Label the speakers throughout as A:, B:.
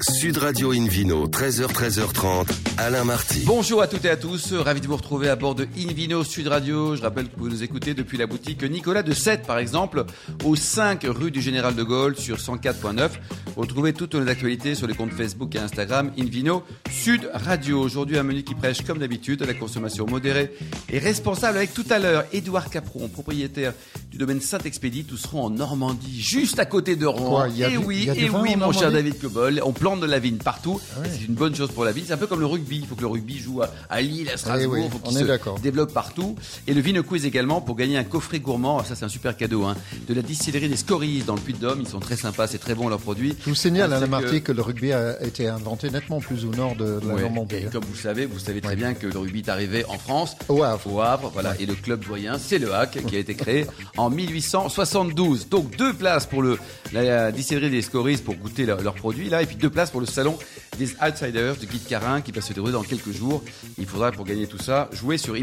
A: Sud Radio Invino, 13h, 13h30, Alain Marty.
B: Bonjour à toutes et à tous, ravi de vous retrouver à bord de Invino Sud Radio. Je rappelle que vous nous écoutez depuis la boutique Nicolas de 7 par exemple, au 5 rue du Général de Gaulle sur 104.9. Vous retrouvez toutes nos actualités sur les comptes Facebook et Instagram Invino Sud Radio. Aujourd'hui un menu qui prêche comme d'habitude à la consommation modérée et responsable avec tout à l'heure Édouard Capron, propriétaire du domaine Saint-Expédit. Nous serons en Normandie, juste à côté de Rouen.
C: Quoi, il y a
B: et
C: du- il
B: oui,
C: y a du
B: et
C: vin en
B: oui, mon cher
C: Normandie
B: David Cobol. On plante de la vigne partout.
C: Ah oui.
B: Et C'est une bonne chose pour la ville. C'est un peu comme le rugby. Il faut que le rugby joue à, à Lille, à Strasbourg.
C: Eh oui,
B: il faut qu'il
C: on est
B: se
C: d'accord.
B: développe partout. Et le Vino Quiz également pour gagner un coffret gourmand. Ah, Ça, c'est un super cadeau. hein, de la distillerie des Scories dans le Puy-de-Dôme. Ils sont très sympas. C'est très bon leurs produits.
C: Je vous signale, hein,
B: On sait
C: Alain
B: Ah, que-
C: Marty, que... le rugby a été inventé nettement plus au nord de la
B: Ouais.
C: Normandie. hein.
B: Et comme vous le savez, vous savez très
C: Ouais.
B: bien que le rugby est arrivé en France.
C: Au Havre.
B: Au Havre, voilà. Et le club doyen, c'est le HAC, qui a été créé en 1872. Donc deux places pour le, la distillerie des Scories pour goûter leur- leurs produits, là. Et puis deux places pour le salon des Outsiders de Guy de Carin, qui va se dérouler dans quelques jours. Il faudra, pour gagner tout ça, jouer sur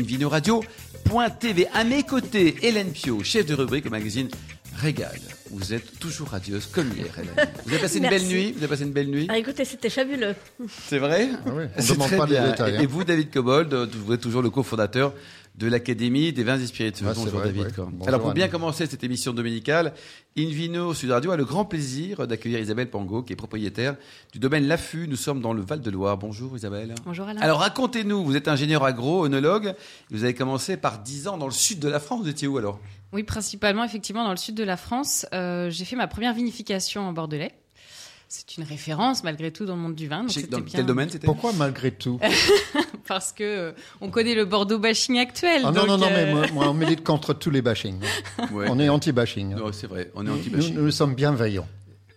B: invinoradio.tv. À mes côtés, Hélène Pio, chef de rubrique au magazine Régal. Vous êtes toujours radieuse comme hier, Hélène. Vous avez passé une belle
D: Merci.
B: nuit. Vous avez passé une belle nuit.
D: Ah, écoutez, c'était fabuleux.
B: C'est vrai
C: Ah oui, on
B: C'est
C: demande
B: très
C: pas les
B: bien.
C: détails,
B: Et-
C: hein.
B: Et vous, David Cobold, euh, vous êtes toujours le cofondateur de l'Académie des vins et spiritueux.
C: Ah, c'est
B: Bonjour
C: vrai,
B: David.
C: ouais.
B: quoi.
C: Bonjour,
B: Alors pour bien
C: Anne.
B: commencer cette émission dominicale, Invino Sud Radio a le grand plaisir d'accueillir Isabelle Pango, qui est propriétaire du domaine Laffut. Nous sommes dans le Val-de-Loire. Bonjour Isabelle.
E: Bonjour Alain.
B: Alors racontez-nous, vous êtes ingénieur agro, onologue. Vous avez commencé par 10 ans dans le sud de la France. Vous étiez où alors
E: oui, principalement effectivement dans le sud de la France. Euh, j'ai fait ma première vinification en Bordelais. C'est une référence malgré tout dans le monde du vin. donc
B: Chez-
E: c'était
B: Dans
E: bien.
B: quel domaine c'était
C: Pourquoi malgré tout Ah,
E: Parce que euh, on connaît le Bordeaux bashing actuel.
C: Ah Non,
E: donc,
C: non, non,
E: euh,
C: mais moi, moi, on milite contre tous les bashings.
B: Ouais.
C: On est anti-bashing.
B: Non, c'est vrai, on est
C: Nous,
B: anti-bashing.
C: nous sommes bienveillants.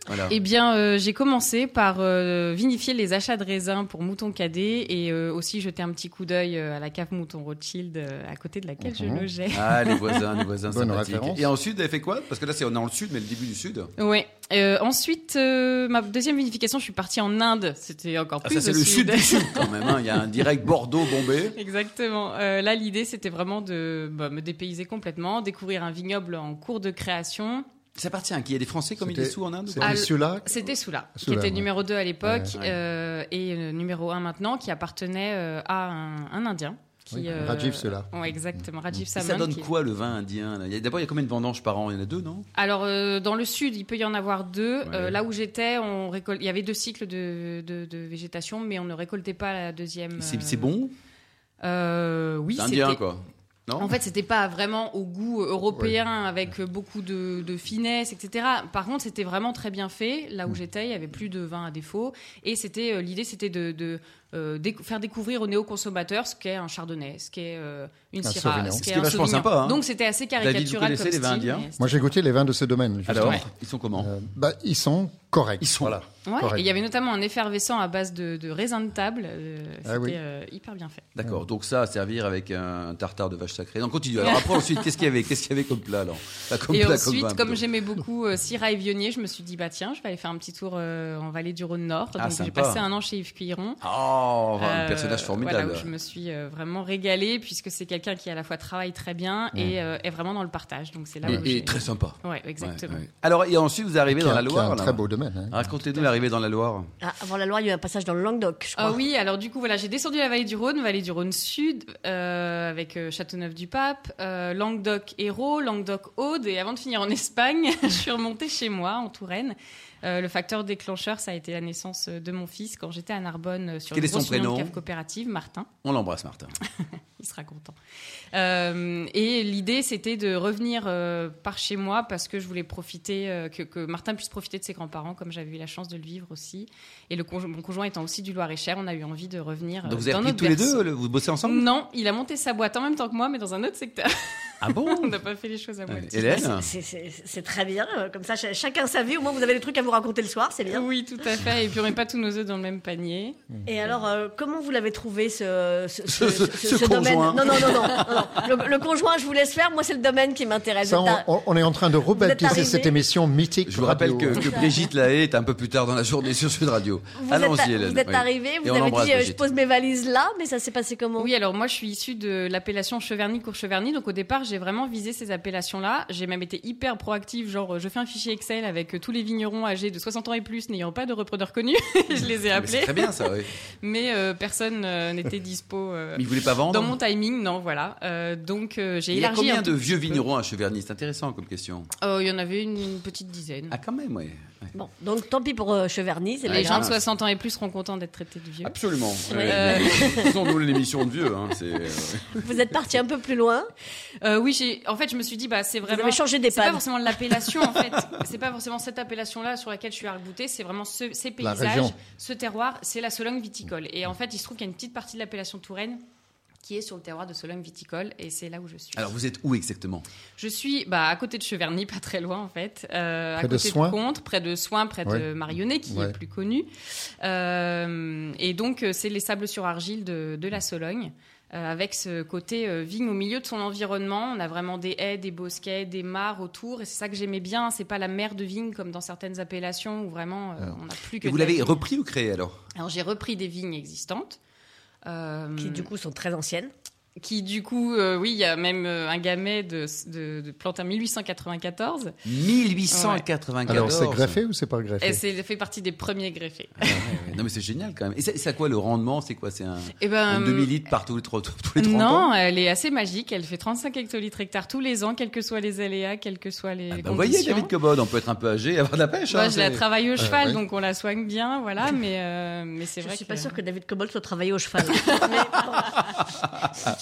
B: Voilà.
E: Eh bien, euh, j'ai commencé par euh, vinifier les achats de raisins pour Mouton Cadet et euh, aussi jeter un petit coup d'œil euh, à la cave Mouton Rothschild euh, à côté de laquelle je
C: Mhm.
E: logeais.
B: Ah, les voisins, les voisins
C: Bonne
B: sympathiques.
C: référence.
B: Et ensuite, vous avez fait quoi Parce que là, c'est on est dans le sud, mais le début du sud.
E: Ouais. Euh, ensuite, euh, ma deuxième vinification, je suis partie en Inde. C'était encore
B: Ah,
E: plus
B: ça, c'est
E: au
B: le sud du sud quand même. hein. Il y a un direct Bordeaux-Bombay.
E: Exactement. Euh, là, l'idée, c'était vraiment de bah, me dépayser complètement, découvrir un vignoble en cours de création.
B: Ça appartient à hein. qui Il y a des Français comme il
C: C'était-
B: est sous en Inde ou
C: C'est
B: pas
E: Ah, le-
C: celui-là
E: C'était Soula, qui
C: Soula,
E: était
C: ouais.
E: numéro 2 à l'époque
B: Ouais, ouais.
E: euh, et euh, numéro 1 maintenant, qui appartenait euh, à un, un Indien. Qui, euh,
C: Oui, Rajiv Soula.
E: ouais, exactement,
B: Mm.
E: Rajiv
B: Et
E: Saman.
B: Ça donne
E: qui-
B: quoi le vin indien là Il y a- D'abord, il y a combien de vendanges par an Il y en a deux, non
E: Alors, euh, dans le sud, il peut y en avoir deux. Euh,
B: Ouais.
E: là où j'étais, on récolte... il y avait deux cycles de, de- de végétation, mais on ne récoltait pas la deuxième.
B: C'est
E: euh,
B: c'est bon
E: euh, Oui,
B: C'est indien,
E: c'était-
B: quoi. Non
E: En fait, c'était pas vraiment au goût euh, européen avec euh, beaucoup de, de finesse, etc. Par contre, c'était vraiment très bien fait. Là
B: Mm.
E: où j'étais, il y avait plus de vin à défaut. Et c'était euh, l'idée, c'était de, de, euh, déc- faire découvrir aux néo-consommateurs ce qu'est un chardonnay, ce qu'est euh, une
C: Un
E: syrah,
C: Sauvignon.
E: ce
C: Ce
B: qui
E: qu'est
B: est
E: un
B: vachement
E: sauvignon.
B: sympa, hein.
E: Donc c'était assez
B: David, vous
E: caricatural
B: connaissez
E: comme
B: les vins
E: style,
B: indiens
E: mais c'était-
C: Moi, j'ai goûté les vins de ce domaine. justement.
B: Alors,
E: Ouais.
B: ils sont comment
C: Euh, bah, ils sont corrects.
B: Ah, Ils sont-
C: Voilà.
E: Ouais,
C: Correct.
E: et il y avait notamment un effervescent à base de, de raisin de table. euh,
C: Ah
E: c'était
C: oui.
E: euh, hyper bien fait.
B: D'accord. Donc ça, à servir avec un tartare de vache sacrée. On continue. Alors après, ensuite, qu'est-ce qu'il y avait Qu'est-ce qu'il y avait comme plat alors Enfin, comme
E: et
B: plat,
E: ensuite,
B: vin,
E: comme,
B: plutôt.
E: j'aimais beaucoup euh, Syrah et Vionnier, je me suis dit, bah tiens, je vais aller faire un petit tour euh, en vallée du Rhône-Nord.
B: Ah,
E: Donc j'ai
B: sympa.
E: passé un an chez Yves Cuiron.
B: Oh, un
E: Euh,
B: personnage formidable.
E: Voilà, où je me suis euh, vraiment régalée puisque c'est quelqu'un qui à la fois travaille très bien et euh, est vraiment dans le partage. Donc c'est là
B: Mm. Et-
E: où
B: et,
E: j'ai-
B: très sympa.
E: Ouais, exactement.
B: Ouais, ouais. Alors, et ensuite, vous arrivez
C: Qui
B: dans
C: a-
B: la
C: qui a
B: Loire.
C: un
B: là.
C: très beau domaine. hein.
B: Racontez-nous l'arrivée dans la Loire.
D: Ah, avant la loi, il y a eu un passage dans le Languedoc, je crois.
E: Ah oui, alors du coup, voilà, j'ai descendu la vallée du Rhône, vallée du Rhône Sud, euh, avec euh, Châteauneuf-du-Pape, euh, Languedoc Hérault, Languedoc Aude, et avant de finir en Espagne, je suis remontée chez moi, en Touraine. Euh, le facteur déclencheur, ça a été la naissance euh, de mon fils quand j'étais à Narbonne euh, sur
B: Quel
E: une
B: est son
E: grosse union de
B: prénom
E: cave coopérative, Martin.
B: On l'embrasse, Martin.
E: il sera content. Euh, et l'idée, c'était de revenir euh, par chez moi parce que je voulais profiter, euh, que, que Martin puisse profiter de ses grands-parents, comme j'avais eu la chance de le vivre aussi. Et le conjo- mon conjoint étant aussi du Loir-et-Cher, on a eu envie de revenir. euh,
B: Donc vous avez
E: dans
B: appris
E: notre
B: tous les
E: berceau.
B: deux, le- vous bossez ensemble
E: Non, il a monté sa boîte en même temps que moi, mais dans un autre secteur.
B: Ah
E: on
B: bon
E: n'a pas fait les choses à
B: Ouais.
E: moitié.
B: Hélène
D: Ah, C'est- c'est- C'est c'est très bien, euh, comme ça ch- chacun sa vie, au moins vous avez des trucs à vous raconter le soir, c'est bien.
E: Oui, tout à fait. Et puis on met pas tous nos œufs dans le même panier.
D: Et alors, euh, comment vous l'avez trouvé ce, ce, ce-
B: Ce-
D: ce-
B: ce
D: ce domaine
B: conjoint.
D: Non, non, non, non. non, non. Le, le conjoint, je vous laisse faire, moi c'est le domaine qui
E: Ah,
D: m'intéresse.
C: Ça,
D: Vous êtes
C: on, on est en train de rebaptiser
D: arrivés-
C: cette émission mythique.
B: Je vous rappelle
C: radio. hein.
B: que, que Brigitte Lahaye est un peu plus tard dans la journée sur Sud Radio.
D: à- vous êtes,
B: Allons-y,
D: à-
B: Hélène.
D: vous êtes
B: oui.
D: arrivé,
B: Et
D: vous
B: on
D: avez
B: l'embrasse,
D: dit euh, je
B: Brigitte.
D: pose mes valises là, mais ça s'est passé comment
E: Oui, alors moi je suis issue de l'appellation Cheverny-Courcheverny. Donc au départ, j'ai- j'ai vraiment visé ces appellations-là. J'ai même été hyper proactive, genre euh, je fais un fichier Excel avec euh, tous les vignerons âgés de 60 ans et plus n'ayant pas de repreneur connu. je les ai
B: Mmh. Ah, Mais C'est
E: appelés,
B: très bien ça, oui.
E: mais euh, personne euh, n'était dispo. euh,
B: Mais ils voulaient pas vendre.
E: dans mon timing, non, voilà. Euh, donc euh, j'ai
B: Il y a
E: élargi.
B: combien
E: un
B: de
E: tout
B: vieux
E: petit peu.
B: vignerons à Cheverny C'est intéressant comme question.
E: Oh, Il y en avait une, une petite dizaine.
B: Ah, quand même, oui.
D: Bon, donc tant pis pour euh, Cheverny, c'est
E: les
D: pas
B: Ouais,
E: gens de
B: grave. Ah.
E: 60 ans et plus seront contents d'être traités de vieux.
B: Absolument.
D: Ouais.
E: Euh.
B: Faisons nous l'émission de vieux. Hein. C'est, euh,
D: grave. Vous êtes parti un peu plus loin.
E: Euh, oui, j'ai. En fait, je me suis dit, bah, c'est
D: Vous
E: vraiment.
D: avez changé
E: C'est pas
D: d'EHPAD.
E: forcément l'appellation en fait, c'est pas forcément cette appellation-là sur laquelle je suis arc-boutée, c'est vraiment ce- ces
C: La
E: paysages,
C: région.
E: ce terroir, c'est la Sologne viticole. Et en fait, il se trouve qu'il y a une petite partie de l'appellation Touraine qui est sur le terroir de Sologne viticole, et c'est là où je suis.
B: Alors, vous êtes où exactement
E: Je suis bah, à côté de Cheverny, pas très loin en fait, euh, à
C: Près de
E: côté
C: Soins.
E: Comte, près de Soins, près de
C: Ouais.
E: Marionnet, qui est
C: Ouais.
E: plus connu. Euh, et donc, euh, c'est les sables sur argile de, de la Sologne, euh, avec ce côté euh, vigne au milieu de son environnement. On a vraiment des haies, des bosquets, des mares autour, et c'est ça que j'aimais bien. C'est pas la mer de vigne comme dans certaines appellations où vraiment euh,
C: Alors.
E: on n'a plus que.
B: Et vous
E: de la
B: l'avez
E: vigne.
B: repris ou créé alors
E: Alors, j'ai repris des vignes existantes. euh,
D: Qui du coup sont très anciennes.
E: qui du coup, euh, oui, il y a même euh, un gamet de, de, de plantain 1894
B: 1894.
C: Alors, c'est greffé ou c'est pas greffé
E: Et c'est fait partie des premiers greffés.
B: Ah ouais, ouais. Non, mais c'est génial quand même. Et c'est, c'est à quoi le rendement C'est quoi C'est un,
E: Et ben,
B: un demi-litre par tous les, trois- tous les 30 ans Bah,
E: non, elle est assez magique. Elle fait 35 hectolitres hectares tous les ans, quels que soient les aléas, quelles que soient les
B: Ah bah,
E: conditions.
B: Vous voyez, David Cobod, on peut être un peu âgé et avoir de la pêche.
E: Moi,
B: hein,
E: je la
B: c'est-
E: travaille au cheval,
C: ouais.
E: donc on la soigne bien, voilà. Mais euh, mais c'est
D: Je
E: vrai
D: suis
E: que
D: pas sûre que David Cobol soit travaillé au cheval. Mais, pardon.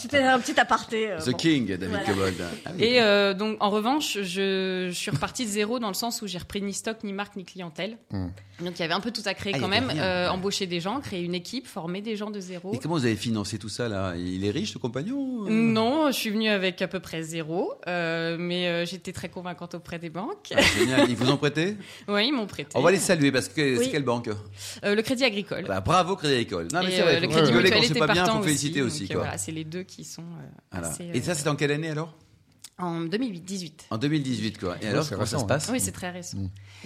D: C'était un petit aparté. euh,
B: The
D: bon.
B: King, David
D: Voilà.
B: Cobbold. Ah oui.
E: Et euh, donc, en revanche, je, je suis repartie de zéro dans le sens où j'ai repris ni stock, ni marque, ni clientèle.
C: Hmm.
E: Donc, il y avait un peu tout à créer
B: Ah, il y
E: quand
B: avait
E: même.
B: rien,
E: Euh,
B: ouais.
E: Embaucher des gens, créer une équipe, former des gens de zéro.
B: Et comment vous avez financé tout ça là Il est riche, ce compagnon
E: Non, je suis venue avec à peu près zéro, euh, mais euh, j'étais très convaincante auprès des banques.
B: Ah, génial. Ils vous ont prêté
E: oui, ils m'ont prêté.
B: On va les saluer parce que
D: Oui.
B: c'est quelle banque
E: Euh, le Crédit Agricole.
B: Bah, Bravo Crédit Agricole. Non, mais
E: Et,
B: c'est vrai,
E: euh, le
B: faut
E: Crédit
B: rigoler
E: Mutuel
B: quand c'est
E: était
B: pas bien,
E: partant
B: faut féliciter aussi.
E: donc, euh,
B: quoi.
E: voilà, c'est les deux qui sont euh,
B: Voilà.
E: assez,
B: Et ça,
E: euh,
B: c'était en quelle année alors
E: en 2018.
B: En 2018, quoi. Et alors,
C: c'est
B: comment ça
C: récent,
B: se passe
E: Oui, c'est très récent.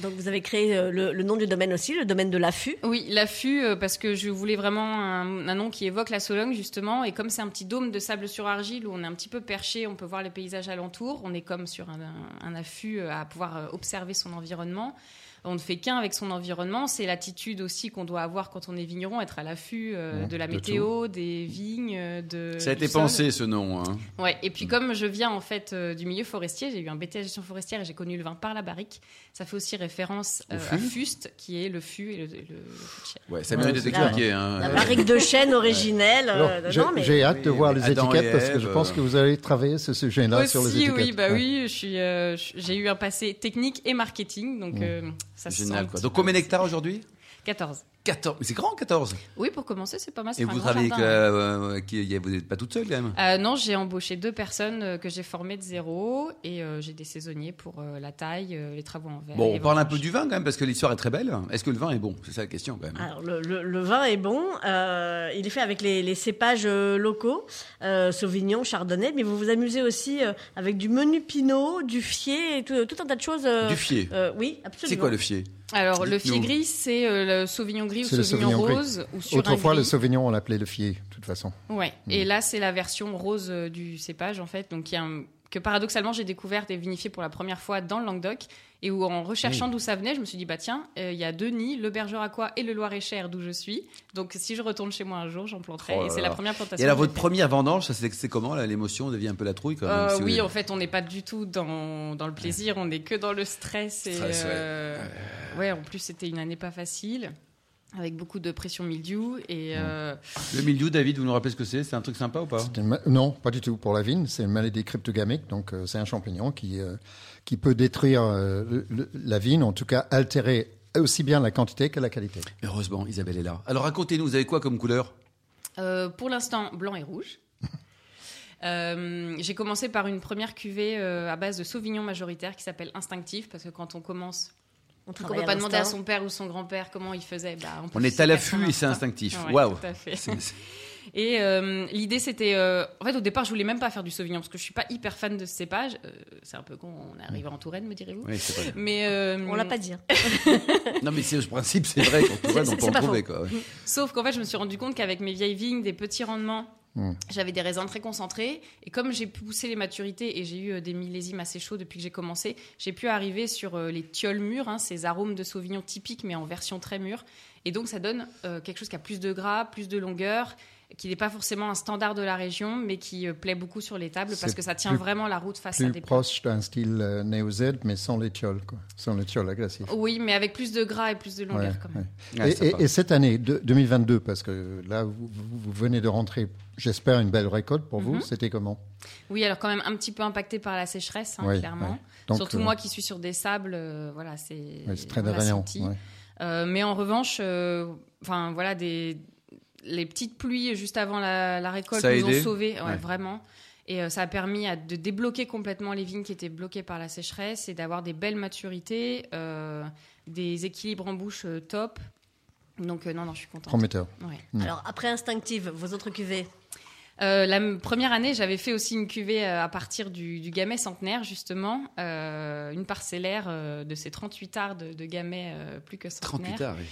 D: Donc vous avez créé euh, le, le nom du domaine aussi, le domaine de l'affût.
E: Oui, l'affût, euh, parce que je voulais vraiment un, un nom qui évoque la Sologne, justement. Et comme c'est un petit dôme de sable sur argile où on est un petit peu perché, on peut voir les paysages alentours, on est comme sur un, un- un affût euh, à pouvoir euh, observer son environnement. On ne fait qu'un avec son environnement. C'est l'attitude aussi qu'on doit avoir quand on est vigneron, être à l'affût euh,
C: Mmh,
E: de la
C: de
E: météo, des vignes, euh, de.
B: Ça a
E: du
B: été
E: sol.
B: pensé, ce nom. hein.
E: Ouais, et puis comme je viens en fait euh, du milieu forestier, j'ai eu un BTS gestion forestière et j'ai connu le vin par la barrique, ça fait aussi référence
B: Au
E: euh,
B: fût
E: à Fuste, qui est le fût et le, le- le fût de chêne.
B: Ouais, ça
C: Ouais,
B: mérite d'être
C: c'est
B: expliqué. hein.
D: La
B: Euh,
D: barrique de chêne originelle.
C: Alors,
D: euh,
C: j'ai
D: non, mais-
C: j'ai hâte de
B: Oui,
C: voir
B: mais
C: les
B: Adam et
C: étiquettes parce que
B: Ève,
C: je pense
B: euh,
C: que vous allez travailler ce sujet-là sur les
E: aussi,
C: étiquettes.
E: oui, bah
C: Ouais.
E: oui, je suis, euh, je- j'ai eu un passé technique et marketing, donc
C: Mmh.
E: euh, ça se sent un
B: Mm. Génial, quoi.
E: petit
B: Donc,
E: peu.
B: combien d'hectares aujourd'hui
E: 14.
B: 14. Mais c'est grand, 14.
E: Oui, pour commencer, c'est pas mal. c'est
B: Et
E: un
B: vous
E: grand
B: travaillez avec.
E: jardin. hein.
B: euh, euh, qui- y a- Vous n'êtes pas toute seule, quand même
E: Euh, non, j'ai embauché deux personnes euh, que j'ai formées de zéro et euh, j'ai des saisonniers pour euh, la taille, euh, les travaux en verre.
B: Bon,
E: les
B: on parle un peu
E: vendanges.
B: du vin, quand même, parce que l'histoire est très belle. hein. Est-ce que le vin est bon C'est ça la question, quand même.
D: Alors le, le- le vin est bon, euh, il est fait avec les, les cépages euh, locaux, euh, Sauvignon, Chardonnay, mais vous vous amusez aussi euh, avec du menu Pinot, du Fier, et tout, tout un tas de choses. euh,
B: Du fier.
D: euh, oui, absolument.
B: C'est quoi le fier
E: Alors, le fier
B: Dites-nous.
E: gris, c'est euh, le sauvignon gris ou
C: C'est le
E: sauvignon,
C: Sauvignon gris.
E: rose. Ou sur un
C: Autrefois,
E: gris.
C: le Sauvignon, on l'appelait le fier, de toute façon.
E: Ouais.
B: Mm.
E: Et là, c'est la version rose euh, du cépage, en fait. Donc, il y a un- que paradoxalement, j'ai découvert et vinifié pour la première fois dans le Languedoc. Et où, en
B: Mm.
E: recherchant d'où ça venait, je me suis dit, bah tiens, euh, il y a deux nids, le Bergeracois et le Loir-et-Cher, d'où je suis. Donc, si je retourne chez moi un jour, j'en planterai.
B: Oh là
E: et c'est
B: là.
E: la première plantation.
B: Et alors,
E: que j'ai
B: votre première vendange, ça, c'est c'est comment là L'émotion devient un peu la trouille, quand
E: faite.
B: même.
E: Euh,
B: si vous
E: oui,
B: avez-
E: en fait, on n'est pas du tout dans, dans le plaisir, on n'est que dans le stress. Et,
B: Stress, ouais.
E: euh, ouais, en plus, c'était une année pas facile, avec beaucoup de pression mildiou. Et,
B: Mm.
E: euh,
B: Le mildiou, David, vous nous rappelez ce que c'est C'est un truc sympa ou pas
C: C'est une ma- Non, pas du tout. Pour la vigne, c'est une maladie cryptogamique. Donc, euh, c'est un champignon qui, euh, qui peut détruire euh, le- le- la vigne, en tout cas altérer aussi bien la quantité que la qualité.
B: Heureusement, Isabelle est là. Alors, racontez-nous, vous avez quoi comme couleur
E: Euh, pour l'instant, blanc et rouge. Euh, j'ai commencé par une première cuvée euh, à base de Sauvignon majoritaire qui s'appelle Instinctif parce que quand on commence,
B: Ah
E: on
B: bah,
D: travaille
E: peut pas
D: à
E: demander à
D: l'instinct.
E: son père ou son grand-père comment il faisait. Bah,
B: On
E: peut
B: est à
E: faire
B: l'affût
E: son
B: et c'est
E: instinct.
B: instinctif.
E: Ouais,
B: Waouh
E: tout à fait.
B: C'est- c'est-
E: Et euh, l'idée c'était, euh, en fait au départ je voulais même pas faire du Sauvignon parce que je suis pas hyper fan de ce cépage. Euh, c'est un peu con, on arrive en Touraine me direz-vous.
B: oui, c'est vrai.
E: Mais euh,
D: On l'a pas dit. hein.
B: Non, mais c'est ce principe, c'est vrai, quand on
D: C'est-
B: voit, on
D: c'est
B: peut en
D: pas
B: trouver. Quoi. ouais.
E: Sauf qu'en fait, je me suis rendu compte qu'avec mes vieilles vignes, des petits rendements
C: Mm.
E: J'avais des raisins très concentrés. Et comme j'ai poussé les maturités et j'ai eu euh, des millésimes assez chauds depuis que j'ai commencé, j'ai pu arriver sur euh, les tioles mûres, hein, ces arômes de sauvignon typiques, mais en version très mûre. Et donc, ça donne euh, quelque chose qui a plus de gras, plus de longueur, qui n'est pas forcément un standard de la région, mais qui euh, plaît beaucoup sur les tables parce
C: C'est
E: que ça tient
C: plus-
E: vraiment la route face à
C: Plus
E: des
C: proche d'un style euh, néo-Z, mais sans les tioles, quoi. Sans les tioles agressives.
E: Oui, mais avec plus de gras et plus de longueur
C: Ouais,
E: quand
C: ouais.
E: même.
B: Ah,
C: et,
B: sympa.
C: et- et cette année, de- 2022, parce que là, vous, vous- vous venez de rentrer, j'espère, une belle récolte pour vous.
E: Mhm.
C: C'était comment
E: Oui, alors quand même un petit peu impacté par la sécheresse, hein,
C: Ouais,
E: clairement.
C: ouais. Donc,
E: Surtout
C: euh,
E: moi qui suis sur des sables, euh, voilà, c'est
C: ouais, c'est très
E: on l'a
C: déraillant.
E: senti.
C: ouais.
E: Euh, mais en revanche, euh, enfin voilà, des les petites pluies juste avant la, la récolte
B: Ça a
E: nous
B: aidé
E: ont sauvés, ouais,
B: Ouais.
E: vraiment. Et euh, ça a permis à- de débloquer complètement les vignes qui étaient bloquées par la sécheresse et d'avoir des belles maturités, euh, des équilibres en bouche euh, top. Donc euh, non, non, je suis contente.
C: Prometteur.
E: Ouais.
B: Hmm.
C: Mm.
D: Alors, après Instinctive, vos autres cuvées
E: Euh, la m- première année, j'avais fait aussi une cuvée euh, à partir du, du Gamay centenaire, justement, euh, une parcellaire euh, de ces 38 arts de, de Gamay euh, plus que centenaire,
B: 38 ans, oui.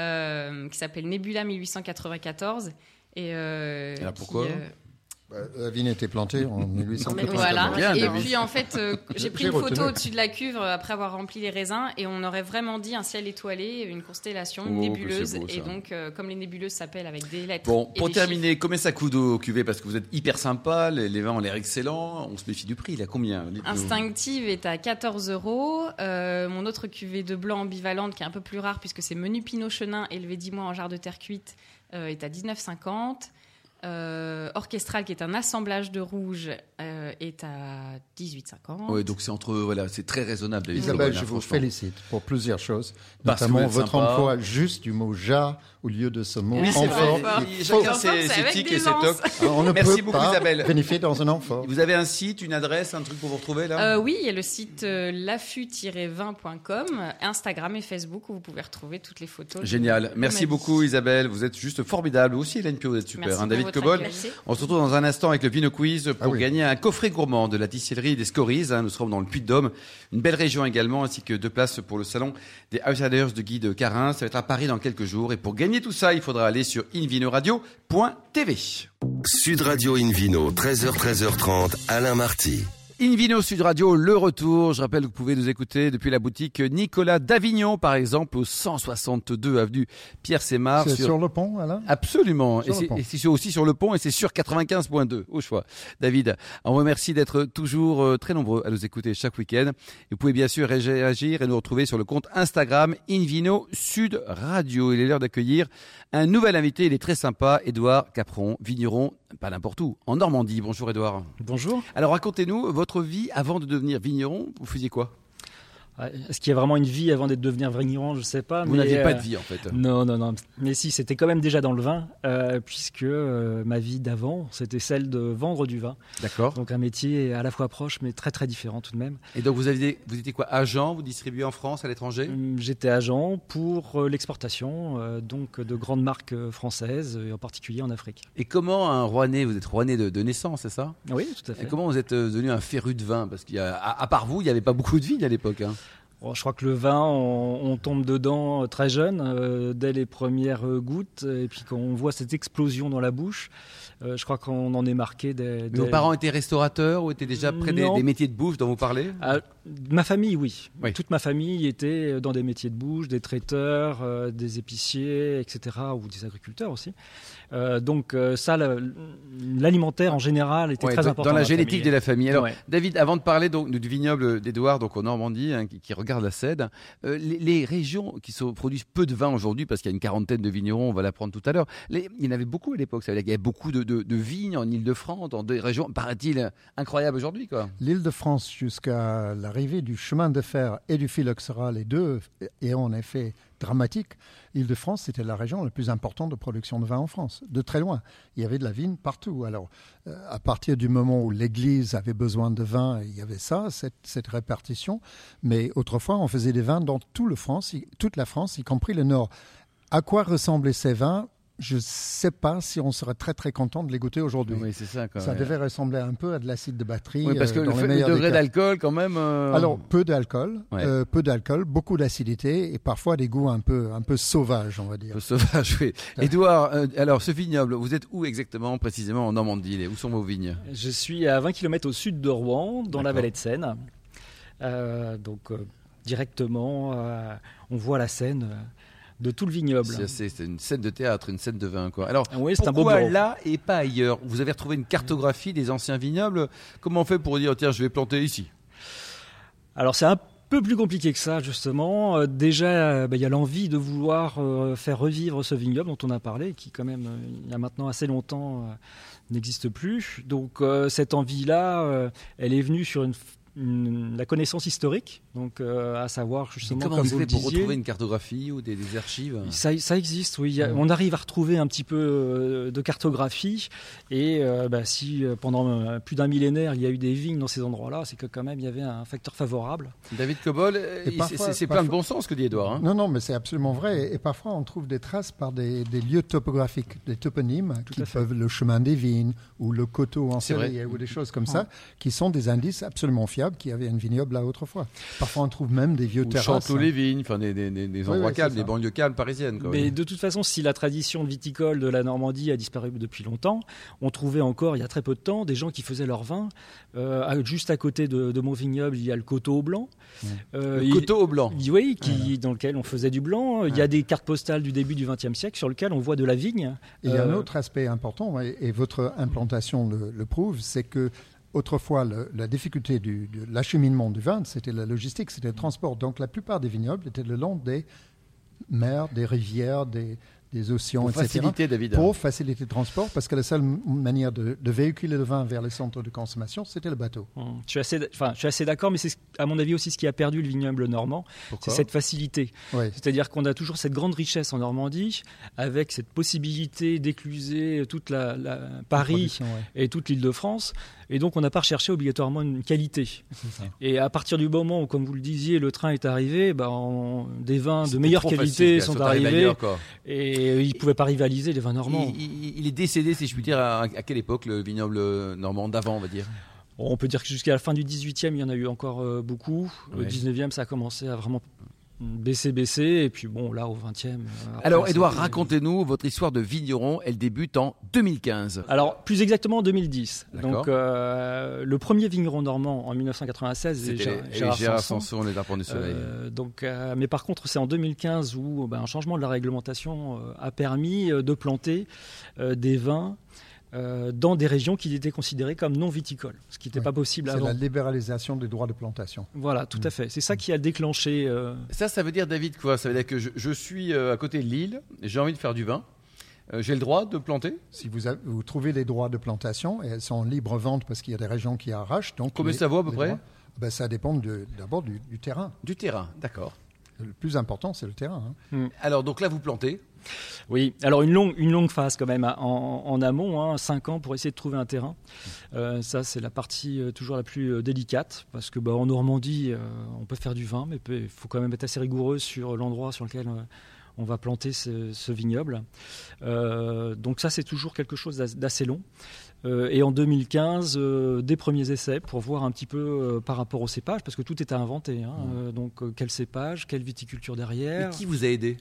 E: euh, qui s'appelle Nebula 1894. Et, euh,
B: alors pourquoi
E: qui,
C: Bah, la vigne a été plantée en 1880.
E: Voilà.
B: Bien,
E: et
B: David.
E: puis en fait, euh, j'ai pris
C: J'ai
E: une photo
C: retenu.
E: au-dessus de la cuve euh, après avoir rempli les raisins et on aurait vraiment dit un ciel étoilé, une constellation, une
B: Oh, que
E: nébuleuse.
B: c'est beau, ça.
E: et donc, euh, comme les nébuleuses s'appellent avec des lettres.
B: Bon,
E: et
B: pour
E: des
B: terminer, combien ça coûte au cuvée Parce que vous êtes hyper sympa, les, les vins ont l'air excellents, on se méfie du prix, il a combien Dites-nous.
E: Instinctive est à 14 euros. Euh, mon autre cuvée de blanc ambivalente, qui est un peu plus rare puisque c'est menu Pinot Chenin élevé 10 mois en jarre de terre cuite, euh, est à 19,50. Euh, orchestral, qui est un assemblage de rouge, euh, est à 18,50.
B: Ouais, donc c'est entre voilà, c'est très raisonnable. David
C: Isabelle,
B: Lebrun,
C: je
B: hein,
C: vous
B: franchement.
C: félicite pour plusieurs choses,
B: Parce que vous
C: notamment
B: êtes
C: votre
B: sympa.
C: emploi juste du mot jar au lieu de ce mot
E: Oui, c'est vrai.
C: amphore.
E: Amphore.
C: qui est faux.
B: Chacun
E: Enfin,
B: ses,
E: c'est
B: ses
E: avec
B: tics
E: des
B: et ses
E: lances.
B: tocs.
C: On ne
B: Merci
C: peut
B: beaucoup,
C: pas
B: Isabelle.
C: vérifier dans un amphore.
B: Vous avez un site, une adresse, un truc pour vous retrouver là
E: Euh, oui, il y a le site euh, l'affût-20.com, Instagram et Facebook où vous pouvez retrouver toutes les photos.
B: Génial.
E: Comme
B: Merci
E: elle
B: beaucoup Isabelle, vous êtes juste formidable. Vous aussi Hélène Pio, vous êtes super.
E: Merci
B: hein.
E: pour
B: David
E: votre
B: Cobol.
E: accueil.
D: Merci.
B: On se retrouve dans un instant avec le Vino Quiz pour
C: Ah oui.
B: gagner un coffret gourmand de la distillerie des Scories. hein. Nous serons dans le Puy-de-Dôme, une belle région également, ainsi que deux places pour le salon des Outsiders de Guy de Carin. Ça va être à Paris dans quelques jours. Et pour gagner tout ça, il faudra aller sur invinoradio.tv.
A: Sud Radio Invino, 13h, 13h30, Alain Marty.
B: Invino Sud Radio, le retour. Je rappelle que vous pouvez nous écouter depuis la boutique Nicolas d'Avignon, par exemple, au 162 avenue Pierre Sémar.
C: C'est sur le pont, Alain
B: Absolument.
C: Sur
B: et
C: le
B: c'est-
C: pont.
B: et c'est sur- aussi sur le pont et c'est sur 95.2 au choix. David, on vous remercie d'être toujours euh, très nombreux à nous écouter chaque week-end. Et Vous pouvez bien sûr réagir et nous retrouver sur le compte Instagram Invino Sud Radio. Il est l'heure d'accueillir un nouvel invité. Il est très sympa, Édouard Capron, vigneron, pas n'importe où, en Normandie. Bonjour Édouard.
F: Bonjour.
B: Alors racontez-nous votre vie avant de devenir vigneron. Vous faisiez quoi
F: Ouais, Est-ce qu'il y a vraiment une vie avant d'être devenir vigneron Je ne sais pas.
B: Vous
F: mais,
B: n'aviez pas
F: euh,
B: de vie en fait.
F: Non, non, non. Mais si, c'était quand même déjà dans le vin, euh, puisque euh, ma vie d'avant, c'était celle de vendre du vin.
B: D'accord.
F: Donc un métier à la fois proche, mais très très différent tout de même.
B: Et donc vous aviez, vous étiez quoi, agent Vous distribuez en France, à l'étranger
F: Hum, J'étais agent pour euh, l'exportation, euh, donc de grandes marques euh, françaises, et en particulier en Afrique.
B: Et comment un Rouennais, vous êtes Rouennais de, de naissance, c'est ça
F: Oui, tout à
B: Et
F: fait.
B: comment vous êtes euh, devenu un féru de vin Parce qu'il y a, à, à part vous, il n'y avait pas beaucoup de vignes à l'époque. hein.
F: Bon, je crois que le vin, on, on tombe dedans euh, très jeune, euh, dès les premières euh, gouttes, et puis quand on voit cette explosion dans la bouche, euh, je crois qu'on en est marqué dès.
B: Mais Vos
F: dès-
B: parents étaient restaurateurs ou étaient déjà près des,
F: Eh ben, Non.
B: des métiers de bouffe dont vous parlez
F: Ah, ma famille, oui.
B: Oui.
F: Toute ma famille était euh, dans des métiers de bouche, des traiteurs, euh, des épiciers, etc., ou des agriculteurs aussi. Euh, donc euh, ça, la- l'alimentaire en général était
B: Ouais,
F: très
B: dans,
F: important.
B: dans la
F: ma
B: génétique
F: famille.
B: de la famille. Alors,
F: Ouais.
B: David, avant de parler donc du vignoble d'Edouard, donc en Normandie, hein, qui, qui regarde la Cède, euh, les, les régions qui sont- produisent peu de vin aujourd'hui, parce qu'il y a une quarantaine de vignerons, on va l'apprendre tout à l'heure, les- il y en avait beaucoup à l'époque. Ça veut dire qu'il y avait beaucoup de, de- de vignes en Ile-de-France, dans des régions, paraît-il, incroyables aujourd'hui. quoi.
C: L'île de France jusqu'à l'arrivée du chemin de fer et du phylloxéra, les deux, et en effet dramatique, l'île de France, c'était la région la plus importante de production de vin en France, de très loin. Il y avait de la vigne partout. Alors, euh, à partir du moment où l'Église avait besoin de vin, il y avait ça, cette, cette répartition. Mais autrefois, on faisait des vins dans tout le France, y- toute la France, y compris le Nord. À quoi ressemblaient ces vins je ne sais pas si on serait très très content de les goûter aujourd'hui.
B: Oui, c'est ça. Quand
C: ça
B: même.
C: devait ressembler un peu à de l'acide de batterie.
B: Oui, parce que
C: euh,
B: le,
C: dans les
B: fait- le
C: meilleurs des
B: degré
C: cas.
B: d'alcool, quand même. euh,
C: Alors peu d'alcool,
B: Ouais.
C: euh, peu d'alcool, beaucoup d'acidité et parfois des goûts un peu un peu sauvages, on va
B: un
C: dire.
B: peu sauvage, oui. Édouard, euh, alors ce vignoble, vous êtes où exactement, précisément en Normandie et Où sont vos vignes
F: Je suis à 20 km au sud de Rouen, dans la
B: D'accord.
F: vallée de Seine. Euh, donc euh, directement, euh, on voit la Seine euh, de tout le vignoble.
B: C'est assez- c'est une scène de théâtre, une scène de vin, quoi. Alors,
F: Ah oui, c'est un beau
B: pourquoi
F: bureau.
B: là et pas ailleurs Vous avez retrouvé une cartographie des anciens vignobles. Comment on fait pour dire, tiens, je vais planter ici
F: Alors c'est un peu plus compliqué que ça justement. Euh, déjà, euh, bah, il y a l'envie de vouloir euh, faire revivre ce vignoble dont on a parlé, qui quand même euh, il y a maintenant assez longtemps euh, n'existe plus. Donc euh, cette envie-là, euh, elle est venue sur une, f- une- la connaissance historique, donc euh, à savoir justement
B: Comment
F: comme
B: vous
F: vous le
B: faites pour
F: disiez,
B: retrouver une cartographie ou des, des archives
F: Ah. Ça, ça existe, oui. Il y a-
C: Ouais.
F: On arrive à retrouver un petit peu euh, de cartographie. Et euh, bah, si euh, pendant euh, plus d'un millénaire, il y a eu des vignes dans ces endroits-là, c'est que quand même, il y avait un facteur favorable.
B: David Cobol, euh,
C: Et
B: il-
C: parfois-
B: c'est- c'est plein de
C: parfois-
B: bon sens ce que dit Édouard. hein.
C: Non, non, mais c'est absolument vrai. Et parfois, on trouve des traces par des, des lieux topographiques, des toponymes qui
F: à fait.
C: peuvent le chemin des vignes ou le coteau en
B: C'est
C: Syrie
B: vrai.
C: ou des choses comme ça, qui sont des indices absolument fiables qu'il y avait un vignoble là autrefois. Parfois, on trouve même des vieux
B: Ou
C: terrasses. hein.
B: Chanteloup les vignes, enfin des, des- des- des
C: Oui,
B: endroits
C: oui, c'est
B: calmes,
C: ça.
B: des banlieues calmes parisiennes. Quoi.
F: Mais de toute façon, si la tradition de viticole de la Normandie a disparu depuis longtemps, on trouvait encore, il y a très peu de temps, des gens qui faisaient leur vin. Euh, à- juste à côté de, de mon vignoble, il y a le coteau au blanc. Euh,
B: Le
F: il-
B: coteau au blanc.
F: il- Oui, qui, dans lequel on faisait du blanc. Il y a des cartes postales du début du XXe siècle sur lesquelles on voit de la vigne.
C: Et il y a un
F: Euh,
C: autre aspect important, et, et votre implantation le, le prouve, c'est que autrefois, le- la difficulté du, de l'acheminement du vin, c'était la logistique, c'était le transport. Donc, la plupart des vignobles étaient le long des mers, des rivières, des, des océans,
B: Pour
C: etc.
B: faciliter, David.
C: hein. Pour faciliter le transport, parce que la seule m- manière de, de véhiculer le vin vers les centres de consommation, c'était le bateau.
F: Hum, Je suis assez, d- enfin, je suis assez d'accord, mais c'est ce- à mon avis aussi ce qui a perdu le vignoble normand, c'est
B: Pourquoi
F: cette facilité.
C: Oui.
F: C'est-à-dire qu'on a toujours cette grande richesse en Normandie, avec cette possibilité d'écluser toute la, la- Paris
C: Production, ouais.
F: et toute l'Île-de-France, et donc on n'a pas recherché obligatoirement une qualité.
C: ça.
F: Et à partir du moment où, comme vous le disiez, le train est arrivé, bah, on- des vins de
B: C'était
F: meilleure
B: trop facile,
F: qualité
B: quoi,
F: sont
B: ça t'arrive
F: arrivés,
B: ailleurs, quoi.
F: et ils ne pouvaient pas rivaliser les vins normands.
B: Il, il- il est décédé, si je puis dire, à, à quelle époque le vignoble euh, normand d'avant, on va dire
F: On peut dire que jusqu'à la fin du 18e, il y en a eu encore euh, beaucoup. Le
B: Ouais.
F: 19e, ça a commencé à vraiment baisser, baisser. Et puis bon, là, au 20e. euh, après,
B: Alors,
F: ça
B: Édouard,
F: fait-
B: racontez-nous votre histoire de vigneron. Elle débute en 2015.
F: Alors, plus exactement en 2010.
B: D'accord.
F: Donc, euh, le premier vigneron normand en 1996, c'est
B: C'était
F: Gérard,
B: les-
F: Gérard
B: les Gérard
F: Sanson.
B: Sanson, les arpents du soleil.
F: Euh, donc, euh, mais par contre, c'est en 2015 où ben, un changement de la réglementation euh, a permis euh, de planter euh, des vins euh, dans des régions qui étaient considérées comme non viticoles, ce qui n'était
C: Ouais.
F: pas possible
C: C'est
F: avant.
C: la libéralisation des droits de plantation.
F: Voilà, tout à fait. C'est ça qui a déclenché. euh,
B: Ça, ça veut dire, David, quoi Ça veut dire que je, je suis euh, à côté de Lille, j'ai envie de faire du vin. Euh, j'ai le droit de planter
C: Si vous, avez- vous trouvez les droits de plantation, et elles sont en libre vente parce qu'il y a des régions qui arrachent. Donc
B: Combien
C: les-
B: ça vaut à peu
C: les
B: près
C: droits, ben, Ça dépend de- d'abord du, du terrain.
B: du terrain, d'accord.
C: Le plus important, c'est le terrain. hein.
B: Alors, donc là, vous plantez.
F: Oui, alors une longue, une longue phase quand même à- en, en amont, hein, 5 ans pour essayer de trouver un terrain. Euh, ça, c'est la partie euh, toujours la plus euh, délicate parce que bah, en Normandie, euh, on peut faire du vin, mais il faut quand même être assez rigoureux sur l'endroit sur lequel euh, on va planter ce, ce vignoble. Euh, donc, ça, c'est toujours quelque chose d'as- d'assez long. Euh, et en 2015, euh, des premiers essais pour voir un petit peu euh, par rapport au cépage, parce que tout est à inventer. hein. Euh, donc, euh, quel cépage, quelle viticulture
B: Mais
F: derrière
B: qui vous a aidé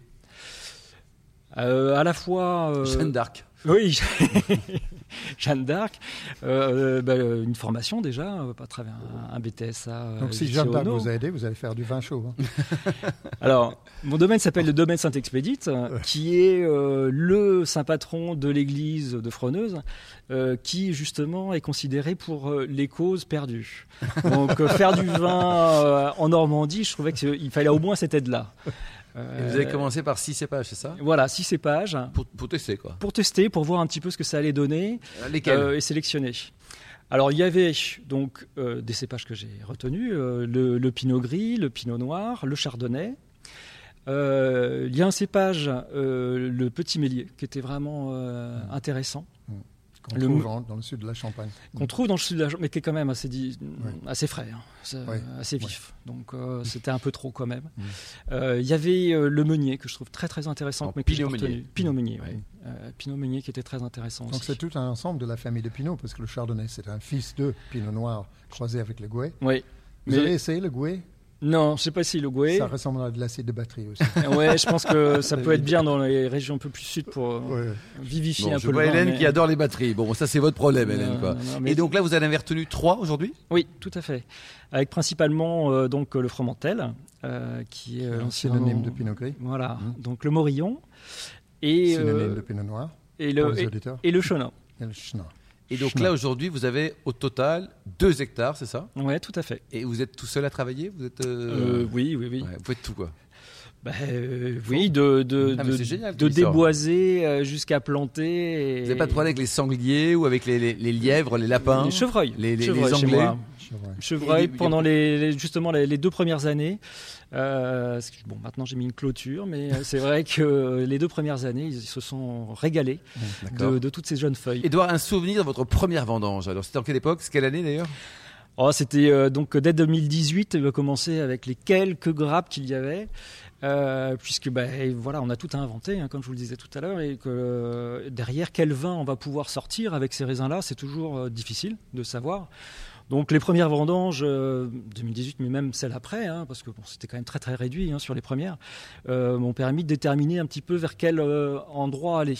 F: Euh, À la fois. euh,
B: Jeanne d'Arc.
F: oui, Jeanne d'Arc. Euh, bah, euh, une formation déjà, euh, à travers un, un BTSA. euh,
C: Donc si
F: chez
C: Jeanne d'Arc
F: Ono.
C: vous a aidé, vous allez faire du vin chaud. hein.
F: Alors, mon domaine
C: Ah.
F: s'appelle le domaine Saint-Expédite, euh, qui est euh, le saint patron de l'église de Froneuse, euh, qui justement est considéré pour euh, les causes perdues. Donc, euh, faire du vin euh, en Normandie, je trouvais qu'il fallait au moins cette aide-là. Euh,
B: Et Vous avez commencé par 6 cépages, c'est ça
F: Voilà, six cépages.
B: euh, pour, pour tester, quoi.
F: Pour tester, pour voir un petit peu ce que ça allait donner.
B: Lesquels
F: Euh, et sélectionné. Alors il y avait donc euh, des cépages que j'ai retenus euh, le, le Pinot gris, le Pinot noir, le Chardonnay. Euh,
C: Mmh.
F: il y a un cépage, euh, le Petit Mélier, qui était vraiment euh, intéressant.
C: qu'on
F: Le
C: trouve en- dans le sud de la Champagne.
F: qu'on trouve dans le sud de la Chambre, mais qui est quand même assez, di-
C: Oui.
F: assez frais, hein. C'est, euh,
C: Oui.
F: assez
C: Oui.
F: vif. Donc euh,
C: Mmh.
F: c'était un peu trop quand même.
C: Mm.
F: Euh, Il y avait euh, le Meunier que je trouve très très intéressant.
B: En
F: mais que j'ai
B: Pinot
F: pas
B: Meunier.
F: retenu. Pinot Meunier, oui.
B: Oui.
F: Euh, Pinot Meunier qui était très intéressant
C: Donc c'est
F: aussi.
C: tout un ensemble de la famille de Pinot, parce que le Chardonnay, c'est un fils de Pinot Noir croisé avec le Gouet.
F: Oui.
C: Vous
F: Mais-
C: avez essayé le Gouet
F: Non, je sais pas si le Gouet.
C: Ça ressemble à de l'acide de batterie aussi.
F: Ouais, je pense que ça peut
C: Oui.
F: être bien dans les régions un peu plus sud pour euh,
C: Ouais.
F: vivifier
B: Bon,
F: un
B: je
F: peu le
B: vois
F: vin,
B: Hélène
F: mais-
B: qui adore les batteries. Bon, ça c'est votre problème, Hélène.
F: Non,
B: quoi.
F: non, non, mais-
B: Et donc là, vous en avez retenu trois aujourd'hui
F: Oui, tout à fait. Avec principalement euh, donc euh, le Fromentel, euh, qui est euh,
C: Alors,
F: l'ancien
C: Synonyme de Pinot Gris,
F: Voilà,
C: Mhm.
F: donc le Morillon et,
C: synonyme
F: euh,
C: de Pinot Noir,
F: et
C: pour
F: le,
C: les
F: et,
C: auditeurs,
F: et le Chenin.
C: et le Chenin.
B: Et donc
C: Chenin.
B: là, aujourd'hui, vous avez au total 2 hectares, c'est ça
F: Ouais, tout à fait.
B: Et vous êtes tout seul à travailler Vous êtes.
F: Euh,
B: euh,
F: oui, oui, oui.
B: ouais, vous faites tout quoi.
F: Bah, euh, oui, de, de,
B: Ah, mais
F: de-
B: c'est génial,
F: de
B: ton histoire.
F: déboiser euh, jusqu'à planter. et-
B: Vous n'avez pas de problème avec les sangliers ou avec les, les- les lièvres, les lapins
F: Les chevreuils.
B: les- les- les
F: chevreuils chez
B: Anglais.
F: moi.
C: C'est vrai.
F: Chevreuil
B: Et les-
F: pendant les, les- justement les, les deux premières années. Euh, parce que, bon, maintenant j'ai mis une clôture, mais euh, c'est vrai que les deux premières années, ils se sont régalés
B: D'accord.
F: de, de toutes ces jeunes feuilles.
B: Edouard, un souvenir de votre première vendange. Alors, c'était en quelle époque C'est quelle année d'ailleurs
F: Oh, c'était euh, donc dès 2018, il a commencé avec les quelques grappes qu'il y avait, euh, puisque bah, et voilà, on a tout à inventer, hein, comme je vous le disais tout à l'heure, et que euh, derrière quel vin on va pouvoir sortir avec ces raisins-là, c'est toujours euh, difficile de savoir. Donc les premières vendanges euh, 2018, mais même celles après, hein, parce que bon, c'était quand même très très réduit hein, sur les premières, euh, m'ont permis de déterminer un petit peu vers quel euh, endroit aller.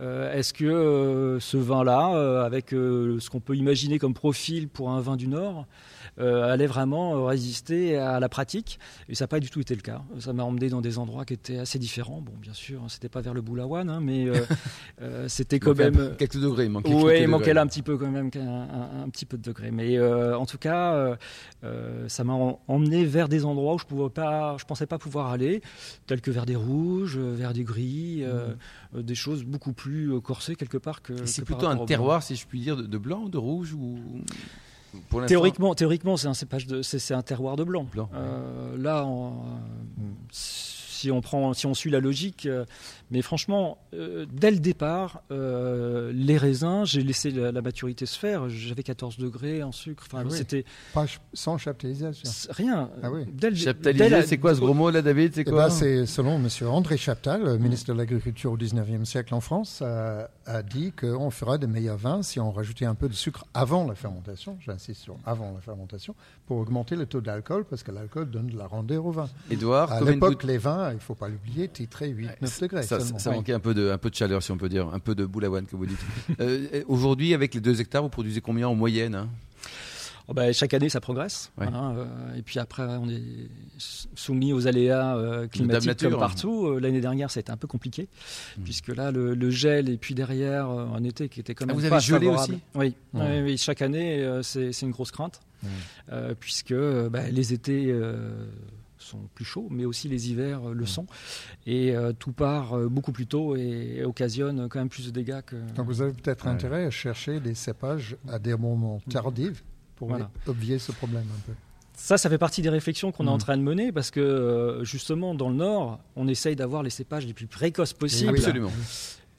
F: Euh, Est-ce que euh, ce vin-là, euh, avec euh, ce qu'on peut imaginer comme profil pour un vin du Nord, euh, allait vraiment euh, résister à la pratique Et ça n'a pas du tout été le cas. Ça m'a emmené dans des endroits qui étaient assez différents. Bon, bien sûr, hein, c'était pas vers le Boulaouane, hein, mais euh, euh, c'était quand
B: Manquait un peu-
F: même.
B: Quelques degrés, il manquait
F: Oui,
B: quelques
F: il manquait
B: degrés.
F: là un petit peu quand même, qu'un- un, un petit peu de degré. Mais euh, en tout cas, euh, euh, ça m'a en- emmené vers des endroits où je pouvais pas, je pensais pas pouvoir aller, tels que vers des rouges, euh, vers des gris, euh, euh, des choses beaucoup plus euh, corsées quelque part que.
B: Et Mm. C'est
F: que par
B: plutôt
F: rapport
B: un
F: au
B: terroir, si je puis dire, de, de blanc, de rouge ou. Pour
F: blanc.
B: l'instant-
F: Théoriquement, théoriquement, c'est un cépage de, c'est c'est un terroir de blanc.
B: Blanc, ouais.
F: Euh, là, on, euh,
C: Mm.
F: si on prend, si on suit la logique, euh, mais franchement, euh, dès le départ, euh, les raisins, j'ai laissé la, la maturité se faire. J'avais 14 degrés en sucre. Enfin,
C: Ah oui.
F: c'était
C: Pas ch- sans chaptalisation.
F: c'est rien.
C: Ah oui.
F: Dès le-
B: Chaptalisé,
F: dès la-
B: c'est quoi ce gros mot là, David C'est
C: Eh
B: quoi
C: ben, c'est selon M. André Chaptal, euh, ministre de l'Agriculture au 19e siècle en France, a, a dit qu'on fera des meilleurs vins si on rajoutait un peu de sucre avant la fermentation, j'insiste sur avant la fermentation, pour augmenter le taux d'alcool, parce que l'alcool donne de la rondeur au vin.
B: Edouard,
C: À
B: combien de
C: l'époque, les vins, il ne faut pas l'oublier, titraient 8-9 degrés
B: Ça,
C: seulement.
B: ça
C: Oui.
B: manquait un peu, de, un peu de chaleur, si on peut dire, un peu de boulawan, comme vous dites. Euh, Aujourd'hui, avec les 2 hectares, vous produisez combien en moyenne hein
F: Oh ben, chaque année, ça progresse.
B: Ouais.
F: hein, euh, et puis après, on est s- soumis aux aléas euh, climatiques
B: nature, Hmm.
F: comme
B: hein.
F: partout. Euh, L'année dernière, ça a été un peu compliqué, puisque là, le, le gel et puis derrière, euh, un été qui était quand
B: Ah,
F: même
B: vous avez
F: pas
B: gelé
F: favorable.
B: aussi
F: oui.
C: Ouais.
F: oui, oui, chaque année, euh, c'est c'est une grosse crainte,
B: Hmm.
C: Ouais.
F: euh, puisque euh, ben, les étés euh, sont plus chauds, mais aussi les hivers euh, le
B: Hmm.
F: sont. Et euh, tout part euh, beaucoup plus tôt et, et occasionne quand même plus de dégâts que...
C: Donc vous avez peut-être
B: Ouais. Mm.
C: intérêt à chercher des cépages à des moments tardifs pour
F: Voilà.
C: obvier ce problème un peu.
F: Ça, ça fait partie des réflexions qu'on est en
B: Mmh.
C: Mhm.
F: train de mener parce que euh, justement, dans le Nord, on essaye d'avoir les cépages les plus précoces possibles.
C: Oui, là.
B: Absolument.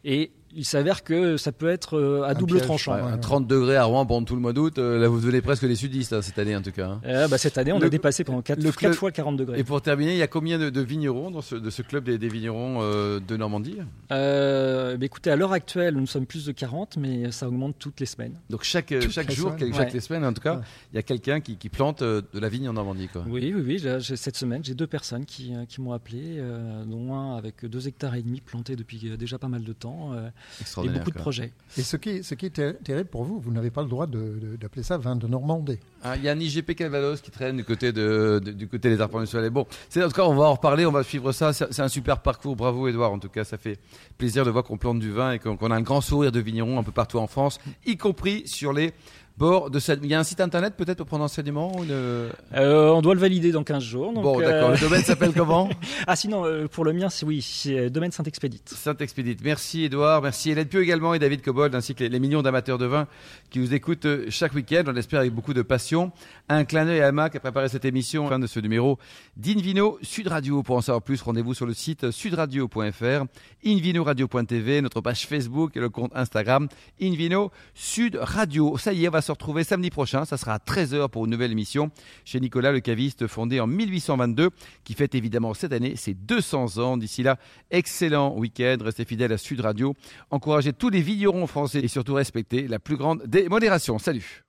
F: Et il s'avère que ça peut être euh, à
C: Un
F: double
C: piège.
F: tranchant.
B: Ouais,
C: ouais,
B: à
C: ouais.
B: 30 degrés à Rouen pendant tout le mois d'août, euh, là vous devenez presque des sudistes hein, cette année en tout cas. hein.
F: Euh, bah, cette année, on
B: Le-
F: a dépassé pendant 4,
B: le club-
F: fois le 40 degrés.
B: Et pour terminer, il y a combien de, de vignerons dans ce, de ce club des, des vignerons euh, de Normandie
F: Euh, bah, écoutez, à l'heure actuelle, nous sommes plus de 40, mais ça augmente toutes les semaines.
B: Donc chaque, euh,
C: Toute
B: chaque
C: la
B: jour,
C: semaine.
B: quel- chaque
F: Ouais.
B: semaine en tout cas,
C: Ouais.
B: il y a quelqu'un qui, qui plante euh, de la vigne en Normandie. Quoi.
F: Oui, oui, oui. là, j'ai- cette semaine, j'ai deux personnes qui, euh, qui m'ont appelé, euh, dont un avec 2 hectares et demi plantés depuis euh, déjà pas mal de temps euh, et
B: Extraordinaire.
F: beaucoup de
B: quoi.
F: projets.
C: Et ce qui, ce qui est ter- terrible pour vous, vous n'avez pas le droit de- de- d'appeler ça vin de Normandie.
B: Ah, Il y a un IGP Calvados qui traîne du côté, de, de- du côté des arbres du soleil. Bon, c'est en tout cas, on va en reparler, on va suivre ça. C'est c'est un super parcours, bravo Edouard. En tout cas, ça fait plaisir de voir qu'on plante du vin et qu'on qu'on a un grand sourire de vigneron un peu partout en France, y compris sur les Port de Sel- Il y a un site internet peut-être pour prendre enseignement ou une-
F: Euh, on doit le valider dans 15 jours. donc,
B: Bon,
F: euh,
B: d'accord. Le domaine s'appelle comment
F: Ah, sinon, euh, pour le mien, c'est oui, c'est euh, Domaine Saint-Expédite.
B: Saint-Expédite. Merci Edouard, merci Hélène Pieux également et David Cobold, ainsi que les, les millions d'amateurs de vin qui nous écoutent euh, chaque week-end, on l'espère avec beaucoup de passion. Un clin d'œil à Emma qui a préparé cette émission, fin de ce numéro d'Invino Sud Radio. Pour en savoir plus, rendez-vous sur le site sudradio.fr, invinoradio.tv, notre page Facebook et le compte Instagram Invino Sud Radio. Ça y est, on va se retrouver samedi prochain, ça sera à 13h pour une nouvelle émission chez Nicolas le caviste, fondé en 1822, qui fête évidemment cette année ses 200 ans. D'ici là, excellent week-end, restez fidèles à Sud Radio, encouragez tous les vignerons français et surtout respectez la plus grande des modérations. Salut